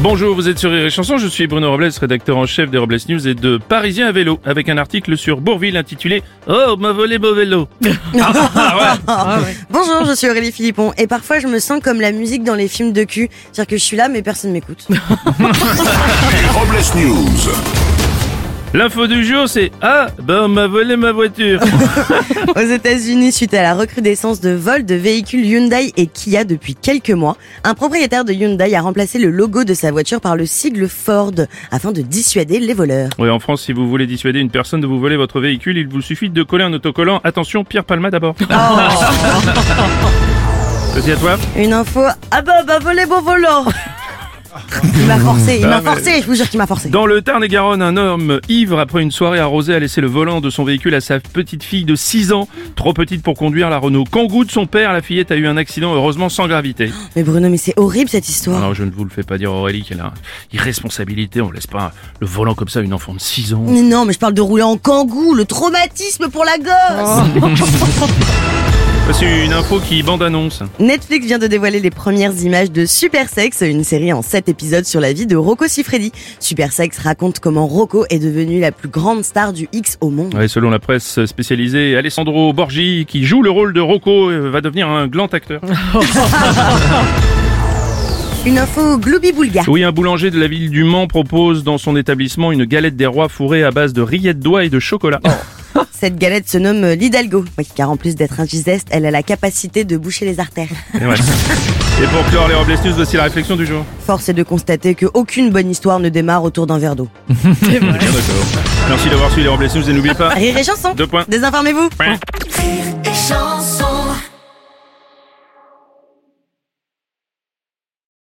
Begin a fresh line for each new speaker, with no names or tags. Bonjour, vous êtes sur Rire et Chanson, je suis Bruno Robles, rédacteur en chef des Robles News et de Parisien à vélo, avec un article sur Bourville intitulé « Oh, m'a volé beau vélo Ah,
Bonjour, je suis Aurélie Philippon et parfois je me sens comme la musique dans les films de cul, c'est-à-dire que je suis là mais personne m'écoute.
Les Robles News. ».
L'info du jour, c'est « Ah, ben on m'a volé ma voiture
Aux États-Unis, suite à la recrudescence de vols de véhicules Hyundai et Kia depuis quelques mois, un propriétaire de Hyundai a remplacé le logo de sa voiture par le sigle Ford afin de dissuader les voleurs. ».
Oui, en France, si vous voulez dissuader une personne de vous voler votre véhicule, il vous suffit de coller un autocollant. Attention, Pierre Palma d'abord. Vas-y à toi.
Une info, ah bah bah volé beau volant Il m'a forcé, il
Ah,
m'a
mais-
forcé, je vous jure qu'il m'a forcé.
Dans le Tarn-et-Garonne, un homme ivre après une soirée arrosée a laissé le volant de son véhicule à sa petite fille de 6 ans, trop petite pour conduire la Renault Kangoo de son père. La fillette a eu un accident heureusement sans gravité. Ah
Mais Bruno, mais c'est horrible cette histoire.
Non, je ne vous le fais pas dire Aurélie qu'elle a irresponsabilité, on laisse pas le volant comme ça à une enfant de 6 ans.
Mais non, mais je parle de rouler en kangou, le traumatisme pour la gosse
Voici une info qui bande annonce.
Netflix vient de dévoiler les premières images de Super Sex, une série en 7 épisodes sur la vie de Rocco Siffredi. Super Sex raconte comment Rocco est devenu la plus grande star du X au monde.
Ouais, selon la presse spécialisée, Alessandro Borgi, qui joue le rôle de Rocco, euh, va devenir un grand acteur.
Une info Glooby Boulga.
Oui, un boulanger de la ville du Mans propose dans son établissement une galette des rois fourrée à base de rillettes d'oie et de chocolat.
Cette galette se nomme l'Hidalgo, oui, car en plus d'être indigeste, elle a la capacité de boucher les artères.
Et, ouais. Et pour clore les Robles News, voici la réflexion du jour.
Force est de constater qu'aucune bonne histoire ne démarre autour d'un verre d'eau.
Bien d'accord. Merci d'avoir suivi les Robles News et n'oubliez pas...
Rire et chanson
Deux points.
Désinformez-vous
et chanson.